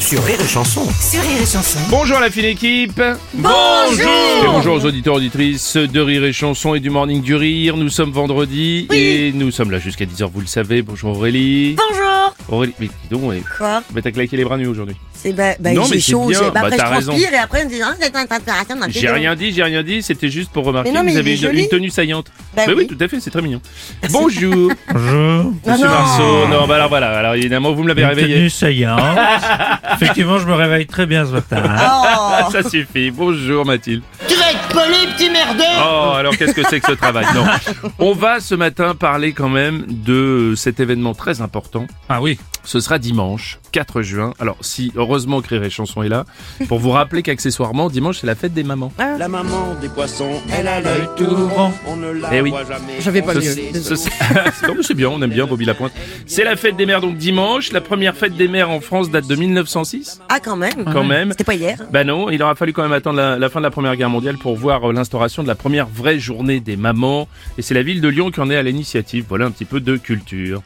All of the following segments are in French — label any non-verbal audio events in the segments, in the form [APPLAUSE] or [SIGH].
sur Rire et Chanson. sur Rire et Chanson. Bonjour la fine équipe Bonjour Et bonjour aux auditeurs auditrices de Rire et Chanson et du Morning du Rire. Nous sommes vendredi et nous sommes là jusqu'à 10h, vous le savez. Bonjour Aurélie. Bonjour Aurélie, mais dis donc, ouais. Quoi mais t'as claqué les bras nus aujourd'hui. C'est bah, bah Non, mais j'ai c'est chaud, bien. j'ai- bah, Bah, après je t'as raison. transpire et après on me dit non, c'est une transpiration dans le J'ai pédo. rien dit, j'ai rien dit, c'était juste pour remarquer Ah, Mais non, que mais vous il avez est une, joli. une tenue saillante. Bah mais oui, oui. Ah tout à fait, c'est très mignon. Bonjour Bonjour. Monsieur non. Marceau. Non, bah alors voilà, alors évidemment, vous me l'avez réveillé. [LAUGHS] Tenue saillante. hein. Effectivement, je me réveille très bien ce matin. hein. Oh [LAUGHS] Ça suffit. Bonjour Mathilde. Tu vas être poli, petit merdeux Oh, alors qu'est-ce que c'est que ce travail [LAUGHS] Non. On va ce matin parler quand même de cet événement très important. Ah oui. Ce sera dimanche, 4 juin. Alors, si heureusement que Rire et Chanson est là, pour vous rappeler qu'accessoirement, dimanche, c'est la fête des mamans. Ah, La maman des poissons, elle a L'œil l'œil tout rond. On ne la Eh oui. voit jamais. J'avais pas Ce- mieux. ce- Non, mais [LAUGHS] c'est bien, on aime bien Bobby Lapointe. C'est la fête des mères, donc dimanche. La première fête des mères en France date de 1906, Ah quand même quand même. C'était pas hier Bah non, il aura fallu quand même attendre la, la fin de la Première Guerre mondiale pour voir euh, l'instauration de la première vraie journée des mamans. Et c'est la ville de Lyon qui en est à l'initiative. Voilà un petit peu de culture.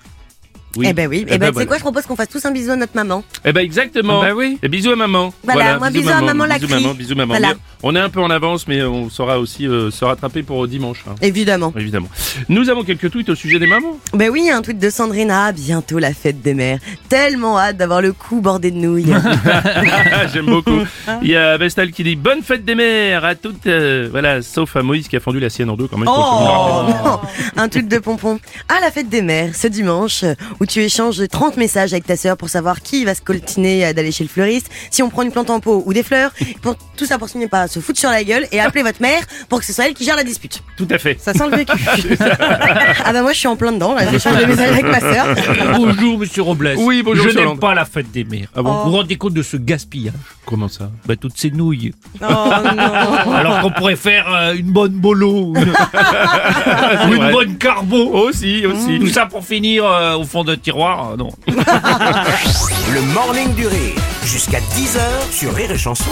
Oui. Eh ben oui, eh ben, tu sais voilà. quoi, je propose qu'on fasse tous un bisou à notre maman. Eh ben exactement. Bah oui. Et bisous à maman. Voilà, moi, bisous à maman la Bisous crie. maman, bisous maman. Voilà. Mais On est un peu en avance, mais on saura aussi euh, se rattraper pour dimanche, hein, Évidemment. évidemment. Nous avons quelques tweets au sujet [LAUGHS] des mamans. Ben oui, un tweet de Sandrina, Ah, bientôt la fête des mères. Tellement hâte d'avoir le cou bordé de nouilles. Ah, J'aime beaucoup. Hein Il y a Vestal qui dit bonne fête des mères à toutes. euh, voilà, sauf à Moïse qui a fendu la sienne en deux quand même. faut que je le rappelle. Oh non Un tweet de Pompon. À la fête des mères, ce dimanche, euh, où tu échanges 30 messages avec ta sœur pour savoir qui va se coltiner euh, d'aller chez le fleuriste, si on prend une plante en pot ou des fleurs, pour tout ça pour signer pas à se foutre sur la gueule et appeler votre mère pour que ce soit elle qui gère la dispute. Tout à fait. Ça sent le vécu. ah bah moi je suis en plein dedans, là, j'échange des messages avec ma sœur. Bonjour, monsieur Robles. Oui, bonjour, Je monsieur n'aime Hollande. pas la fête des mères. Ah bon Vous vous rendez compte de ce gaspillage Comment ça bah, Toutes ces nouilles. Oh non Alors qu'on pourrait faire euh, une [LAUGHS] bonne bolo, une, ou une vrai. bonne carbo. Aussi, aussi. Tout ça pour finir euh, au fond d'un tiroir. euh, Non. Le Morning du Rire jusqu'à 10h sur Rire et Chanson.